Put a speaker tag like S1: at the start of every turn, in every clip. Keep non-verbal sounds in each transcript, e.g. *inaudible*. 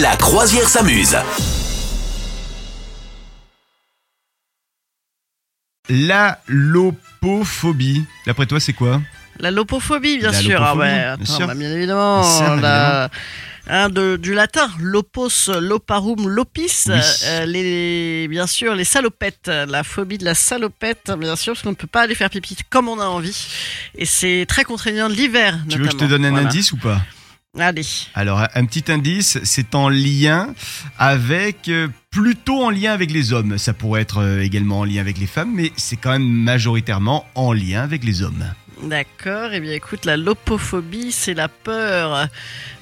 S1: La croisière s'amuse.
S2: La lopophobie. D'après toi, c'est quoi
S3: La lopophobie, bien
S2: La
S3: sûr.
S2: lopophobie,
S3: ah ouais,
S2: bien
S3: attends,
S2: sûr.
S3: bah, bien évidemment.
S2: Ça, bien
S3: la- hein, de- du latin, lopos, loparum, lopis.
S2: Oui.
S3: Euh, les, bien sûr, les salopettes. La phobie de la salopette, bien sûr, parce qu'on ne peut pas aller faire pipi comme on a envie. Et c'est très contraignant l'hiver.
S2: Tu veux que je te
S3: notamment.
S2: donne un
S3: Voilà.
S2: indice ou pas
S3: Allez.
S2: Alors, un petit indice, c'est en lien avec. euh, plutôt en lien avec les hommes. Ça pourrait être euh, également en lien avec les femmes, mais c'est quand même majoritairement en lien avec les hommes.
S3: D'accord, et bien écoute, la lopophobie, c'est la peur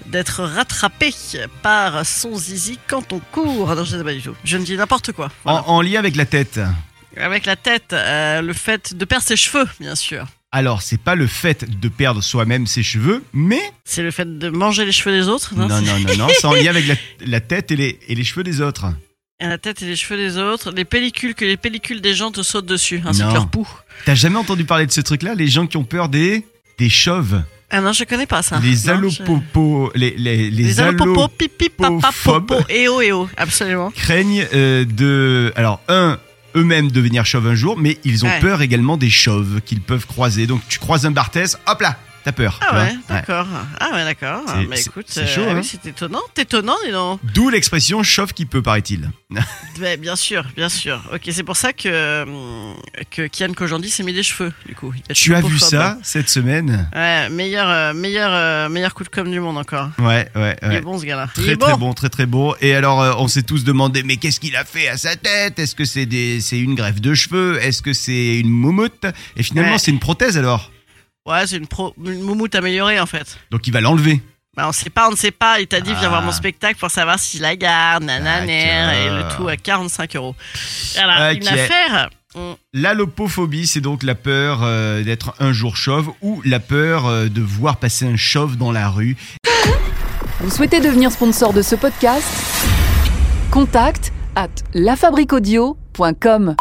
S3: d'être rattrapé par son zizi quand on court. Non, je ne sais pas du tout. Je ne dis n'importe quoi.
S2: En,
S3: Voilà.
S2: en lien avec la tête.
S3: Avec la tête, euh, le fait de perdre ses cheveux, bien sûr.
S2: Alors, c'est pas le fait de perdre soi-même ses cheveux, mais.
S3: C'est le fait de manger les cheveux des autres.
S2: Non,
S3: c'est-
S2: non, non, non,
S3: *laughs*
S2: c'est en lien avec la, la tête et les, et les cheveux des autres.
S3: Et La tête et les cheveux des autres. Les pellicules, que les pellicules des gens te sautent dessus, ainsi
S2: Non.
S3: que leur poux.
S2: T'as jamais entendu parler de ce truc-là Les gens qui ont peur des. des chauves.
S3: Ah non, je connais pas ça.
S2: Les
S3: Non, je-
S2: alopopos. Les, les, les,
S3: Les
S2: allo-
S3: alopopos, pipi, papa,
S2: alopophobes.
S3: popo, et oh, et oh. Absolument.
S2: craignent euh, de. Alors, un, eux-mêmes devenir chauves un jour, mais ils ont
S3: Ouais.
S2: peur également des chauves qu'ils peuvent croiser. Donc, tu croises un Barthès, hop là, t'as peur. tu
S3: Ah
S2: vois.
S3: ouais,
S2: Ouais.
S3: d'accord. Ah ouais, d'accord.
S2: C'est-
S3: Bah
S2: c'est-
S3: écoute,
S2: c'est chaud,
S3: ah oui,
S2: hein.
S3: c'est étonnant. T'es étonnant, dis donc.
S2: D'où l'expression chauve qui peut,
S3: *laughs*
S2: paraît-il.
S3: Ouais, bien sûr, bien sûr. Ok, c'est pour ça que, hum, que Kian Kojandi s'est mis des cheveux, du coup. Il est
S2: Tu as vu
S3: cheveux-phobe.
S2: ça cette semaine
S3: Ouais, meilleur, euh, meilleur, euh, meilleur coup de com' du monde encore.
S2: Ouais, ouais,
S3: Il
S2: ouais.
S3: est bon ce gars-là. Il
S2: Très
S3: est
S2: très bon, très très bon. Et alors, euh, on s'est tous demandé, mais qu'est-ce qu'il a fait à sa tête Est-ce que c'est des, c'est une greffe de cheveux Est-ce que c'est une moumoute Et finalement,
S3: Ouais.
S2: c'est une prothèse alors.
S3: Ouais, c'est une, pro... une moumoute améliorée en fait.
S2: Donc, il va l'enlever.
S3: Bah, on sait pas, on ne sait pas. Il t'a dit, viens
S2: Ah.
S3: voir mon spectacle pour savoir si la garde, nananère, et
S2: D'accord.
S3: le tout à 45 euros. Voilà,
S2: Ok.
S3: une affaire. Mm.
S2: L'allopophobie, c'est donc la peur euh, d'être un jour chauve ou la peur euh, de voir passer un chauve dans la rue.
S4: Vous souhaitez devenir sponsor de ce podcast Contact à lafabriquaudio.com.